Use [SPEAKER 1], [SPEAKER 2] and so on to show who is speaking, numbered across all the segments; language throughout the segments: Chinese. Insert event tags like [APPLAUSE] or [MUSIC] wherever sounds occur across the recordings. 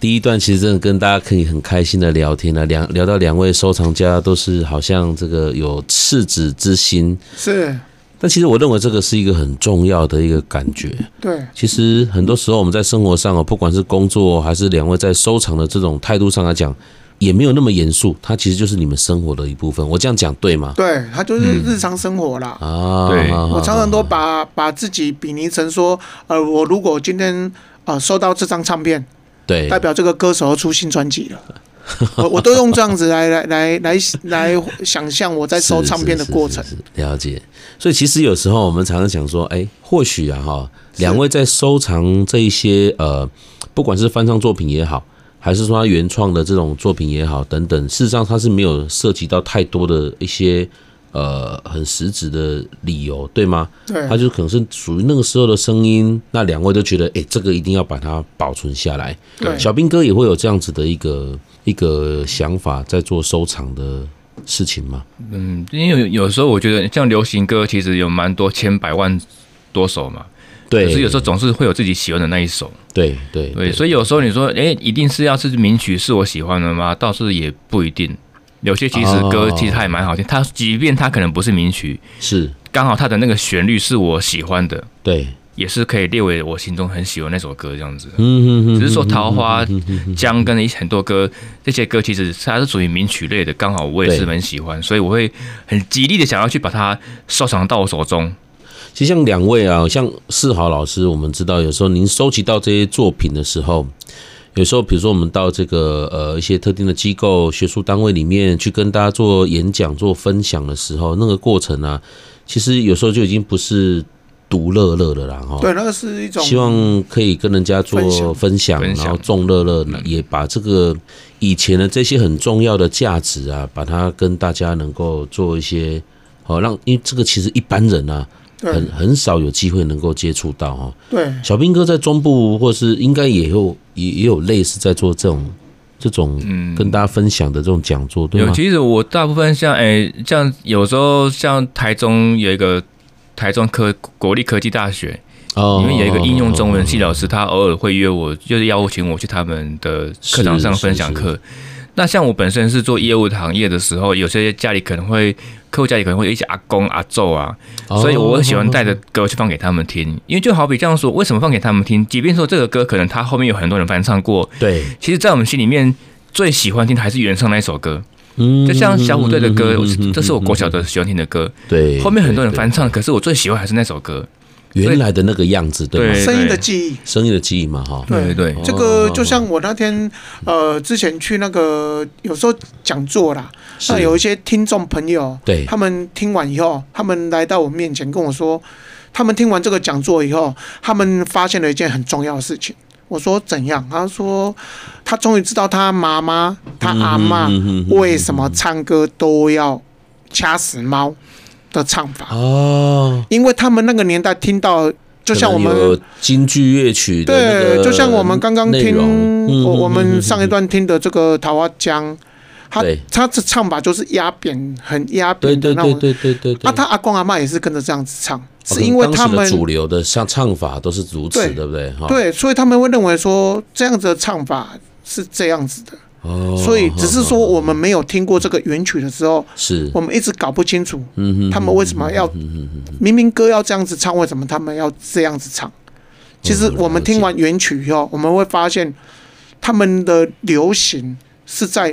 [SPEAKER 1] 第一段其实真的跟大家可以很开心的聊天啊，两聊到两位收藏家都是好像这个有赤子之心，
[SPEAKER 2] 是
[SPEAKER 1] 但其实我认为这个是一个很重要的一个感觉。
[SPEAKER 2] 对，
[SPEAKER 1] 其实很多时候我们在生活上哦，不管是工作还是两位在收藏的这种态度上来讲，也没有那么严肃，它其实就是你们生活的一部分。我这样讲对吗？
[SPEAKER 2] 对，它就是日常生活啦。
[SPEAKER 1] 啊，
[SPEAKER 3] 对
[SPEAKER 1] 好好
[SPEAKER 2] 我常常都把把自己比拟成说，呃，我如果今天呃收到这张
[SPEAKER 1] [LAUGHS]
[SPEAKER 2] 唱片，
[SPEAKER 1] 对
[SPEAKER 2] 代表这个歌手要出新专辑了。我我都用这样子来来来来来想象我在收
[SPEAKER 1] 是
[SPEAKER 2] 唱片的
[SPEAKER 1] 是
[SPEAKER 2] 过
[SPEAKER 1] 是
[SPEAKER 2] 程。
[SPEAKER 1] 是了解。所以其实有时候我们常常想说，哎，或许啊哈，两位在收藏这一些呃，不管是翻唱作品也好，还是说他原创的这种作品也好，等等，事实上它是没有涉及到太多的一些呃很实质的理由，对吗？它
[SPEAKER 2] 对，
[SPEAKER 1] 就可能是属于那个时候的声音，那两位都觉得，哎、这个一定要把它保存下来。
[SPEAKER 2] 对
[SPEAKER 1] 小兵哥也会有这样子的一个一个想法，在做收藏的事情吗？
[SPEAKER 3] 嗯，因为有有时候我觉得像流行歌，其实有蛮多千百万多首嘛，
[SPEAKER 1] 对，
[SPEAKER 3] 可是有时候总是会有自己喜欢的那一首，
[SPEAKER 1] 对对
[SPEAKER 3] 对，所以有时候你说，哎、一定是要是名曲是我喜欢的吗？倒是也不一定。有些其实歌
[SPEAKER 1] 哦
[SPEAKER 3] 其实它也蛮好听，它即便它可能不是名曲，
[SPEAKER 1] 是，
[SPEAKER 3] 刚好它的那个旋律是我喜欢的，
[SPEAKER 1] 对，
[SPEAKER 3] 也是可以列为我心中很喜欢那首歌这样子。
[SPEAKER 1] 嗯哼哼，
[SPEAKER 3] 只是说桃花
[SPEAKER 1] 嗯哼哼
[SPEAKER 3] 江跟一很多歌，这些歌其实它是属于名曲类的，刚好我也是
[SPEAKER 1] 对
[SPEAKER 3] 很喜欢，所以我会很极力的想要去把它收藏到我手中。
[SPEAKER 1] 嗯其实像两位啊，像世豪老师，我们知道有时候您收集到这些作品的时候，有时候比如说我们到这个呃一些特定的机构、学术单位里面去跟大家做演讲、做分享的时候，那个过程啊，其实有时候就已经不是独乐乐了啦，哈。
[SPEAKER 2] 对，那个是一种
[SPEAKER 1] 希望可以跟人家做
[SPEAKER 2] 分享
[SPEAKER 1] 分享，
[SPEAKER 3] 分享嗯
[SPEAKER 1] 然后众乐乐也把这个以前的这些很重要的价值啊，把它跟大家能够做一些，好、让因为这个其实一般人啊，很
[SPEAKER 2] 对
[SPEAKER 1] 很少有机会能够接触到哦。
[SPEAKER 2] 对
[SPEAKER 1] 小兵哥在中部或是应该也有也也有类似在做这种这种
[SPEAKER 3] 嗯，
[SPEAKER 1] 跟大家分享的这种讲座，对
[SPEAKER 3] 有，
[SPEAKER 1] 吗？
[SPEAKER 3] 其实我大部分像诶、像有时候像台中有一个台中科国立科技大学，
[SPEAKER 1] 哦
[SPEAKER 3] 里面有一个应用中文系老师，他偶尔会约我，就是邀请我去他们的课堂上分享
[SPEAKER 1] 是
[SPEAKER 3] 课。那像我本身是做业务行业的时候，有些家里可能会客户家里可能会有一些阿公阿昼啊，
[SPEAKER 1] 哦
[SPEAKER 3] 所以我很喜欢带着歌去放给他们听，因为就好比这样说，为什么放给他们听？即便说这个歌可能他后面有很多人翻唱过，
[SPEAKER 1] 对，
[SPEAKER 3] 其实，在我们心里面最喜欢听的还是原唱那一首歌。
[SPEAKER 1] 嗯
[SPEAKER 3] 就像小虎队的歌，我是这是我国小
[SPEAKER 1] 的，
[SPEAKER 3] 的喜欢听的歌，
[SPEAKER 1] 嗯对，
[SPEAKER 3] 后面很多人
[SPEAKER 1] 对
[SPEAKER 3] 翻唱，可是我最喜欢还是那首歌。
[SPEAKER 1] 对原来的那个样子，对吗？
[SPEAKER 3] 对
[SPEAKER 2] 声音的记忆。
[SPEAKER 1] 声音的记忆嘛，哈，
[SPEAKER 2] 对
[SPEAKER 3] 对对
[SPEAKER 2] 这
[SPEAKER 1] 哦
[SPEAKER 2] 个就像我那天呃之前去那个有时候讲座啦，那
[SPEAKER 1] 是
[SPEAKER 2] 有一些听众朋友，
[SPEAKER 1] 对
[SPEAKER 2] 他们听完以后，他们来到我面前跟我说，他们听完这个讲座以后，他们发现了一件很重要的事情。我说怎样？他说他终于知道他妈妈、他阿妈
[SPEAKER 1] 嗯哼嗯哼嗯哼
[SPEAKER 2] 为什么唱歌都要掐死猫的唱法，
[SPEAKER 1] 哦，
[SPEAKER 2] 因为他们那个年代听到，就像我
[SPEAKER 1] 可能
[SPEAKER 2] 们
[SPEAKER 1] 有京剧乐曲的那
[SPEAKER 2] 对，
[SPEAKER 1] 个
[SPEAKER 2] 就像我们刚刚
[SPEAKER 1] 内
[SPEAKER 2] 听
[SPEAKER 1] 容嗯
[SPEAKER 2] 我我
[SPEAKER 1] 嗯嗯嗯
[SPEAKER 2] 们
[SPEAKER 1] 嗯
[SPEAKER 2] 上一段听的这个《桃花江》，他
[SPEAKER 1] 对
[SPEAKER 2] 他的唱法就是压扁，很压
[SPEAKER 1] 对对
[SPEAKER 2] 扁的那
[SPEAKER 1] 对
[SPEAKER 2] 种。
[SPEAKER 1] 对对对对
[SPEAKER 2] 啊，他阿公阿妈也是跟着这样子唱，
[SPEAKER 1] 哦
[SPEAKER 2] 是因为
[SPEAKER 1] 可能
[SPEAKER 2] 他
[SPEAKER 1] 当时的
[SPEAKER 2] 们
[SPEAKER 1] 主流的像唱法都是如此，
[SPEAKER 2] 对
[SPEAKER 1] 对不对？哈，
[SPEAKER 2] 对，所以他们会认为说这样子的唱法是这样子的，
[SPEAKER 1] 哦，
[SPEAKER 2] 所以只是说
[SPEAKER 1] 哈
[SPEAKER 2] 我们没有听过这个原曲的时候，
[SPEAKER 1] 哈是
[SPEAKER 2] 我们一直搞不清楚
[SPEAKER 1] 嗯哼嗯
[SPEAKER 2] 他们为什么要明明歌要这样子唱，为什么他们要这样子
[SPEAKER 1] 哦
[SPEAKER 2] 唱？其实我们听完原曲以后，我们会发现他们的流行是在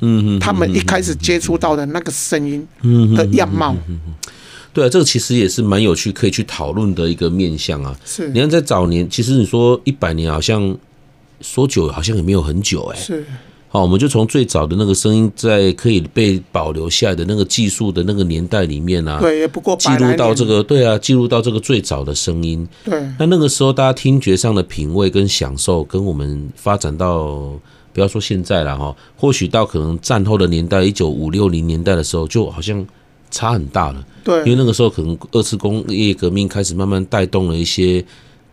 [SPEAKER 1] 嗯哼
[SPEAKER 2] 他们一开始接触到的那个声音
[SPEAKER 1] 嗯
[SPEAKER 2] 的
[SPEAKER 1] 哼，
[SPEAKER 2] 样貌，
[SPEAKER 1] 对啊，这个其实也是蛮有趣，可以去讨论的一个面向啊。
[SPEAKER 2] 是
[SPEAKER 1] 你看，在早年，其实你说一百年，好像说久好像也没有很久哎、
[SPEAKER 2] 是
[SPEAKER 1] 好，我们就从最早的那个声音，在可以被保留下来的那个技术的那个年代里面啊，
[SPEAKER 2] 对，也不过
[SPEAKER 1] 记
[SPEAKER 2] 百来
[SPEAKER 1] 录到
[SPEAKER 2] 年
[SPEAKER 1] 这个对啊，记录到这个最早的声音。
[SPEAKER 2] 对
[SPEAKER 1] 那那个时候，大家听觉上的品味跟享受，跟我们发展到不要说现在了哈，或许到可能战后的年代，一九五六零年代的时候，就好像差很大了。因为
[SPEAKER 2] 对
[SPEAKER 1] 那个时候可能二次工业革命开始慢慢带动了一些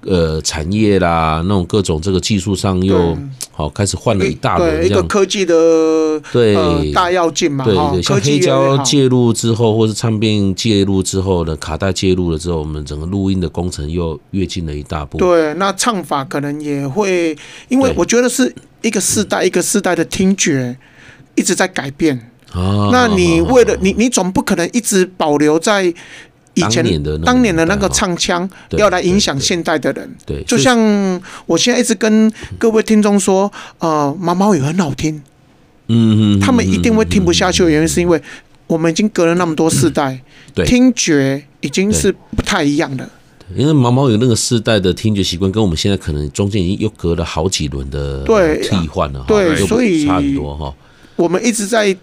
[SPEAKER 1] 呃产业啦，那种各种这个技术上又好、开始换了一大轮
[SPEAKER 2] 对一
[SPEAKER 1] 这
[SPEAKER 2] 个
[SPEAKER 1] 样。
[SPEAKER 2] 科技的
[SPEAKER 1] 对
[SPEAKER 2] 呃大跃进嘛，
[SPEAKER 1] 对
[SPEAKER 2] 哈
[SPEAKER 1] 对，，像
[SPEAKER 2] 科技
[SPEAKER 1] 黑
[SPEAKER 2] 越来
[SPEAKER 1] 胶
[SPEAKER 2] 越好。
[SPEAKER 1] 介入之后，或是唱片介入之后呢，卡带介入了之后，我们整个录音的工程又跃进了一大步。
[SPEAKER 2] 对，那唱法可能也会，因为
[SPEAKER 1] 对
[SPEAKER 2] 我觉得是一个世代一个世代的听觉一直在改变。
[SPEAKER 1] 啊，
[SPEAKER 2] 那你
[SPEAKER 1] 啊啊
[SPEAKER 2] 为了你，你总不可能一直保留在以前
[SPEAKER 1] 当年的那种
[SPEAKER 2] 当年的那
[SPEAKER 1] 年代
[SPEAKER 2] 个
[SPEAKER 1] 哈
[SPEAKER 2] 唱腔，
[SPEAKER 1] 对
[SPEAKER 2] 要来影响
[SPEAKER 1] 对对
[SPEAKER 2] 现代的人。
[SPEAKER 1] 对，
[SPEAKER 2] 就
[SPEAKER 1] 所以
[SPEAKER 2] 像我现在一直跟各位听众说，呃，毛毛雨很好听，
[SPEAKER 1] 嗯嗯，嗯嗯
[SPEAKER 2] 他们一定会听不下去的原因，是因为我们已经隔了那么多世代，
[SPEAKER 1] 对
[SPEAKER 2] 听觉已经是不太一样的。
[SPEAKER 1] 因为毛毛有那个世代的听觉习惯，跟我们现在可能中间已经又隔了好几轮的
[SPEAKER 2] 对
[SPEAKER 1] 替换了哈，
[SPEAKER 2] 对
[SPEAKER 1] 就
[SPEAKER 2] 所以
[SPEAKER 1] 差很多哈。
[SPEAKER 2] 我们一直在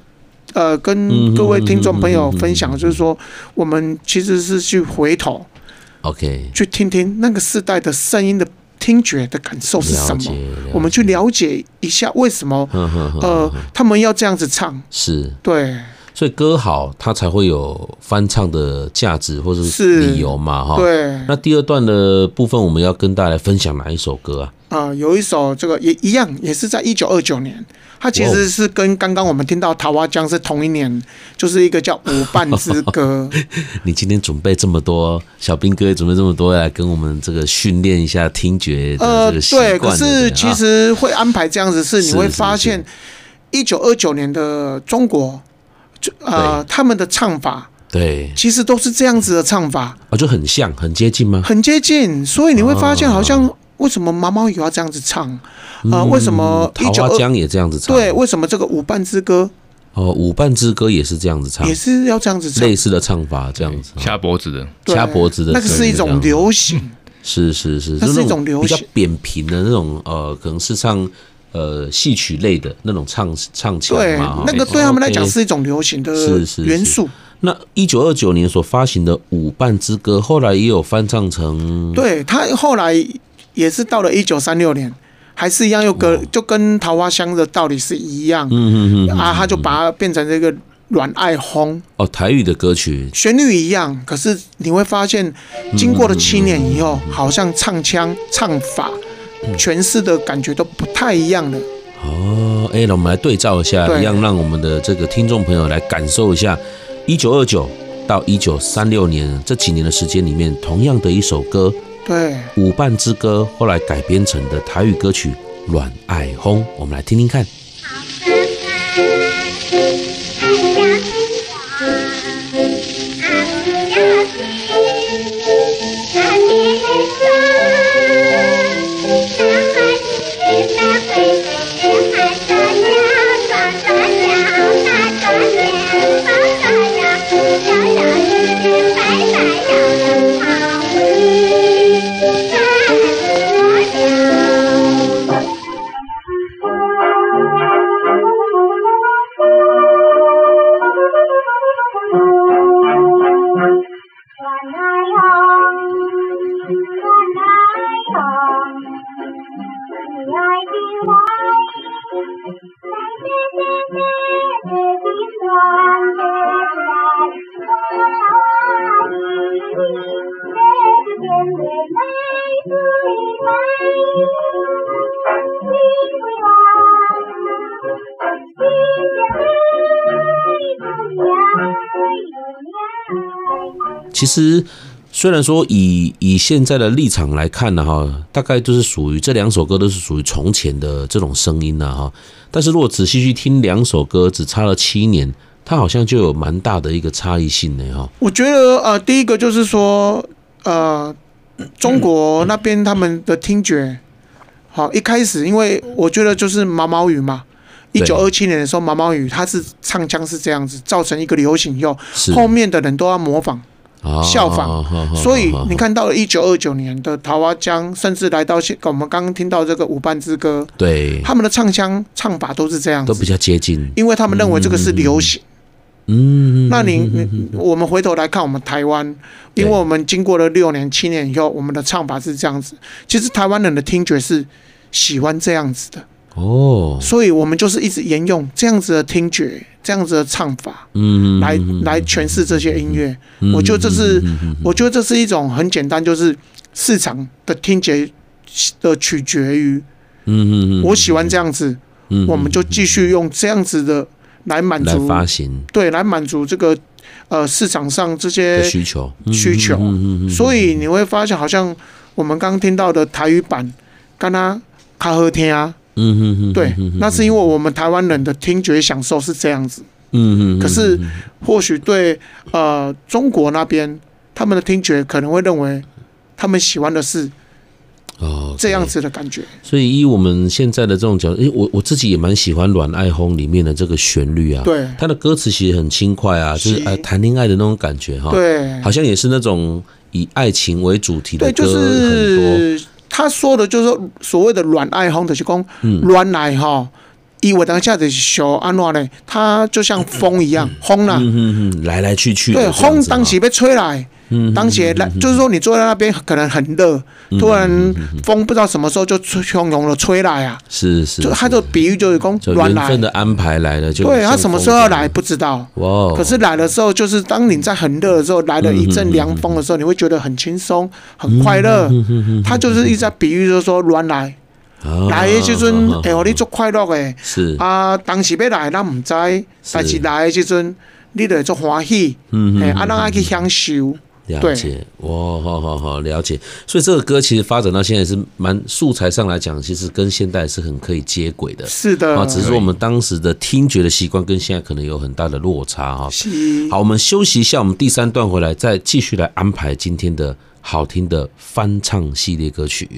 [SPEAKER 2] 呃跟
[SPEAKER 1] 嗯
[SPEAKER 2] 各位
[SPEAKER 1] 嗯
[SPEAKER 2] 听众朋友
[SPEAKER 1] 嗯嗯
[SPEAKER 2] 分享，就是说我们其实是去回头
[SPEAKER 1] OK，
[SPEAKER 2] 去听听那个世代的声音的听觉的感受是什
[SPEAKER 1] 了解嗯
[SPEAKER 2] 么，，我们去
[SPEAKER 1] 了
[SPEAKER 2] 了解一下为什么
[SPEAKER 1] 解，呵呵呵
[SPEAKER 2] 呃他们要这样子唱，
[SPEAKER 1] 是，
[SPEAKER 2] 对
[SPEAKER 1] 所以歌好，它才会有翻唱的价值或者
[SPEAKER 2] 是
[SPEAKER 1] 理由嘛哈。
[SPEAKER 2] 对
[SPEAKER 1] 那第二段的部分，我们要跟大家来分享哪一首歌啊？
[SPEAKER 2] 啊、有一首这个也一样，也是在一九二九年，它其
[SPEAKER 1] 哦
[SPEAKER 2] 实是跟刚刚我们听到《桃花江》是同一年，就是一个叫《舞伴之歌》。
[SPEAKER 1] [LAUGHS]
[SPEAKER 2] [LAUGHS]
[SPEAKER 1] 你今天准备这么多，小兵哥也准备这么多，来跟我们这个训练一下听觉的
[SPEAKER 2] 呃，
[SPEAKER 1] 这个习惯的。
[SPEAKER 2] 对，可
[SPEAKER 1] 对
[SPEAKER 2] 是
[SPEAKER 1] 不对
[SPEAKER 2] 其
[SPEAKER 1] 啊
[SPEAKER 2] 实会安排这样子是，你
[SPEAKER 1] 是
[SPEAKER 2] 会
[SPEAKER 1] 是
[SPEAKER 2] 发
[SPEAKER 1] 是
[SPEAKER 2] 现一九二九年的中国，就呃，他们的唱法
[SPEAKER 1] 对
[SPEAKER 2] 其实都是这样子的唱法，
[SPEAKER 1] 啊，就很像，很接近吗？
[SPEAKER 2] 很接近，所以你会发现
[SPEAKER 1] 哦
[SPEAKER 2] 好像为什么毛毛雨要这样子唱，呃，为什么一
[SPEAKER 1] 嗯桃
[SPEAKER 2] 九
[SPEAKER 1] 花
[SPEAKER 2] 二
[SPEAKER 1] 江也这样子唱？
[SPEAKER 2] 对，为什么这个《舞伴之歌
[SPEAKER 1] 哦，舞伴之歌也是这样子》唱
[SPEAKER 2] 也，是要这样子唱
[SPEAKER 1] 啊类？似的唱法这样子，
[SPEAKER 3] 掐脖子的，
[SPEAKER 2] 对
[SPEAKER 1] 掐脖子的
[SPEAKER 2] 那个是
[SPEAKER 1] 声
[SPEAKER 2] 一
[SPEAKER 1] 音这
[SPEAKER 2] 种
[SPEAKER 1] 样
[SPEAKER 2] 流行。
[SPEAKER 1] 是是是，
[SPEAKER 2] 那
[SPEAKER 1] 就是
[SPEAKER 2] 一
[SPEAKER 1] 那
[SPEAKER 2] 种流
[SPEAKER 1] 比较
[SPEAKER 2] 行
[SPEAKER 1] 扁平的那种，呃，可能是唱呃戏曲类的那种唱唱腔
[SPEAKER 2] 对
[SPEAKER 1] 嘛。哈，哦
[SPEAKER 2] 那个对他们来讲。
[SPEAKER 1] OK
[SPEAKER 2] 是一种流行的
[SPEAKER 1] 是是是
[SPEAKER 2] 元素。
[SPEAKER 1] 那一九二九年所发行的《舞伴之歌》，后来也有翻唱成
[SPEAKER 2] 对他后来也是到了一九三六年，还是一样又跟就跟桃花香的道理是一样、
[SPEAKER 1] 哦嗯嗯嗯
[SPEAKER 2] 啊，他就把它变成这个软爱轰，
[SPEAKER 1] 哦台语的歌曲，
[SPEAKER 2] 旋律一样，可是你会发现，经过了七年以后，好像唱腔、唱法、
[SPEAKER 1] 嗯
[SPEAKER 2] 诠释的感觉都不太一样了。
[SPEAKER 1] 哦，哎、那我们来对照一下，
[SPEAKER 2] 对
[SPEAKER 1] 一样让我们的这个听众朋友来感受一下，一九二九到一九三六年这几年的时间里面，同样的一首歌
[SPEAKER 2] 对，
[SPEAKER 1] 《舞伴之歌》，后来改编成的台语歌曲《阮爱轰》，我们来听听看。
[SPEAKER 4] 好哥哥，爱要听话，俺不要听，俺别说，那孩子那孩子还大呀，大大呀，大大呀，大大呀，小小日白白呀，好日子俺不要。
[SPEAKER 1] 其实虽然说以以现在的立场来看呢，哈，大概就是属于这两首歌都是属于从前的这种声音呢，哈。但是如果仔细去听两首歌，只差了七年，它好像就有蛮大的一个差异性呢，哈。
[SPEAKER 2] 我觉得呃，第一个就是说呃，中国那边他们的听觉，好一开始，因为我觉得就是毛毛雨嘛。一
[SPEAKER 1] 对
[SPEAKER 2] 九二七年的时候，毛毛雨他是唱腔是这样子，造成一个流行以后，
[SPEAKER 1] 是
[SPEAKER 2] 后面的人都要模仿，
[SPEAKER 1] 啊
[SPEAKER 2] 效仿
[SPEAKER 1] 哈哈
[SPEAKER 2] 所以
[SPEAKER 1] 哈哈
[SPEAKER 2] 你看到了一九二九年的《桃花江》，甚至来到现我们刚刚听到这个《舞伴之歌》，
[SPEAKER 1] 对
[SPEAKER 2] 他们的唱腔唱法都是这样
[SPEAKER 1] 都比
[SPEAKER 2] 子，
[SPEAKER 1] 较接近，
[SPEAKER 2] 因为他们认为这个是流行。
[SPEAKER 1] 嗯，
[SPEAKER 2] 那你你我们回头来看我们台湾，
[SPEAKER 1] 对
[SPEAKER 2] 因为我们经过了六年七年以后，我们的唱法是这样子。其实台湾人的听觉是喜欢这样子的，
[SPEAKER 1] 哦，
[SPEAKER 2] 所以我们就是一直沿用这样子的听觉、这样子的唱法
[SPEAKER 1] 嗯，
[SPEAKER 2] 来
[SPEAKER 1] 嗯
[SPEAKER 2] 来诠释这些音乐。
[SPEAKER 1] 嗯
[SPEAKER 2] 我觉得这是
[SPEAKER 1] 嗯嗯嗯
[SPEAKER 2] 我觉得这是一种很简单，就是市场的听觉的取决于
[SPEAKER 1] 嗯嗯嗯，
[SPEAKER 2] 我喜欢这样子，
[SPEAKER 1] 嗯，嗯
[SPEAKER 2] 我们就继续用这样子的来满
[SPEAKER 1] 来
[SPEAKER 2] 足，
[SPEAKER 1] 发行
[SPEAKER 2] 对，来满足这个呃市场上这些
[SPEAKER 1] 的需求，
[SPEAKER 2] 需求
[SPEAKER 1] 嗯嗯嗯嗯嗯
[SPEAKER 2] 所以你会发现，好像我们刚听到的台语版，跟他卡和天啊，
[SPEAKER 1] 嗯嗯嗯，
[SPEAKER 2] 对
[SPEAKER 1] 嗯嗯，
[SPEAKER 2] 那是因为我们台湾人的听觉享受是这样子。
[SPEAKER 1] 嗯嗯，
[SPEAKER 2] 可是或许对呃中国那边，他们的听觉可能会认为他们喜欢的是
[SPEAKER 1] 哦
[SPEAKER 2] 这样，子的感觉。
[SPEAKER 1] 所以以我们现在的这种角度，因为我我自己也蛮喜欢《阮爱轰》里面的这个旋律啊，，
[SPEAKER 2] 对
[SPEAKER 1] 它的歌词其实很轻快啊，就是
[SPEAKER 2] 是
[SPEAKER 1] 呃谈恋爱的那种感觉哈，，
[SPEAKER 2] 对
[SPEAKER 1] 好像也是那种以爱情为主题的
[SPEAKER 2] 对，
[SPEAKER 1] 歌
[SPEAKER 2] 就
[SPEAKER 1] 很多，嗯
[SPEAKER 2] 是他说的，就是说所谓的软爱红的，就是讲
[SPEAKER 1] 嗯
[SPEAKER 2] 软爱哈。以我当下的小安怎呢，它就像风一样，风啦、
[SPEAKER 1] 嗯嗯嗯，来来去去的这
[SPEAKER 2] 对，
[SPEAKER 1] 样子啊，
[SPEAKER 2] 风当时被吹来，
[SPEAKER 1] 嗯嗯
[SPEAKER 2] 当时来，就是说你坐在那边可能很热，突然风不知道什么时候就吹汹涌的吹来啊，
[SPEAKER 1] 是是，
[SPEAKER 2] 就他
[SPEAKER 1] 是
[SPEAKER 2] 的比喻就是讲
[SPEAKER 1] 就
[SPEAKER 2] 乱
[SPEAKER 1] 缘
[SPEAKER 2] 来
[SPEAKER 1] 分，的安排来了，就
[SPEAKER 2] 对
[SPEAKER 1] 像
[SPEAKER 2] 他什么时候要
[SPEAKER 1] 风一样
[SPEAKER 2] 来不知道，
[SPEAKER 1] 哇哦，
[SPEAKER 2] 可是来的时候就是当你在很热的时候，来了一阵凉风的时候，你会觉得很轻松、很快乐。
[SPEAKER 1] 嗯
[SPEAKER 2] 他就是一直在比喻，就是说乱来，
[SPEAKER 1] 啊
[SPEAKER 2] 来的时阵
[SPEAKER 1] 啊啊
[SPEAKER 2] 会互你做快乐的，
[SPEAKER 1] 是
[SPEAKER 2] 啊，当时要来咱唔知，但是来的时阵你就会做欢喜，
[SPEAKER 1] 嗯
[SPEAKER 2] 哎，啊，咱爱去享受。
[SPEAKER 1] 了解，哇，好好好，了解。所以这个歌其实发展到现在是蛮素材上来讲，其实跟现代是很可以接轨的
[SPEAKER 2] 是的，
[SPEAKER 1] 啊，只是我们当时的听觉的习惯跟现在可能有很大的落差哈。
[SPEAKER 2] 是
[SPEAKER 1] 好，我们休息一下，我们第三段回来再继续来安排今天的好听的翻唱系列歌曲。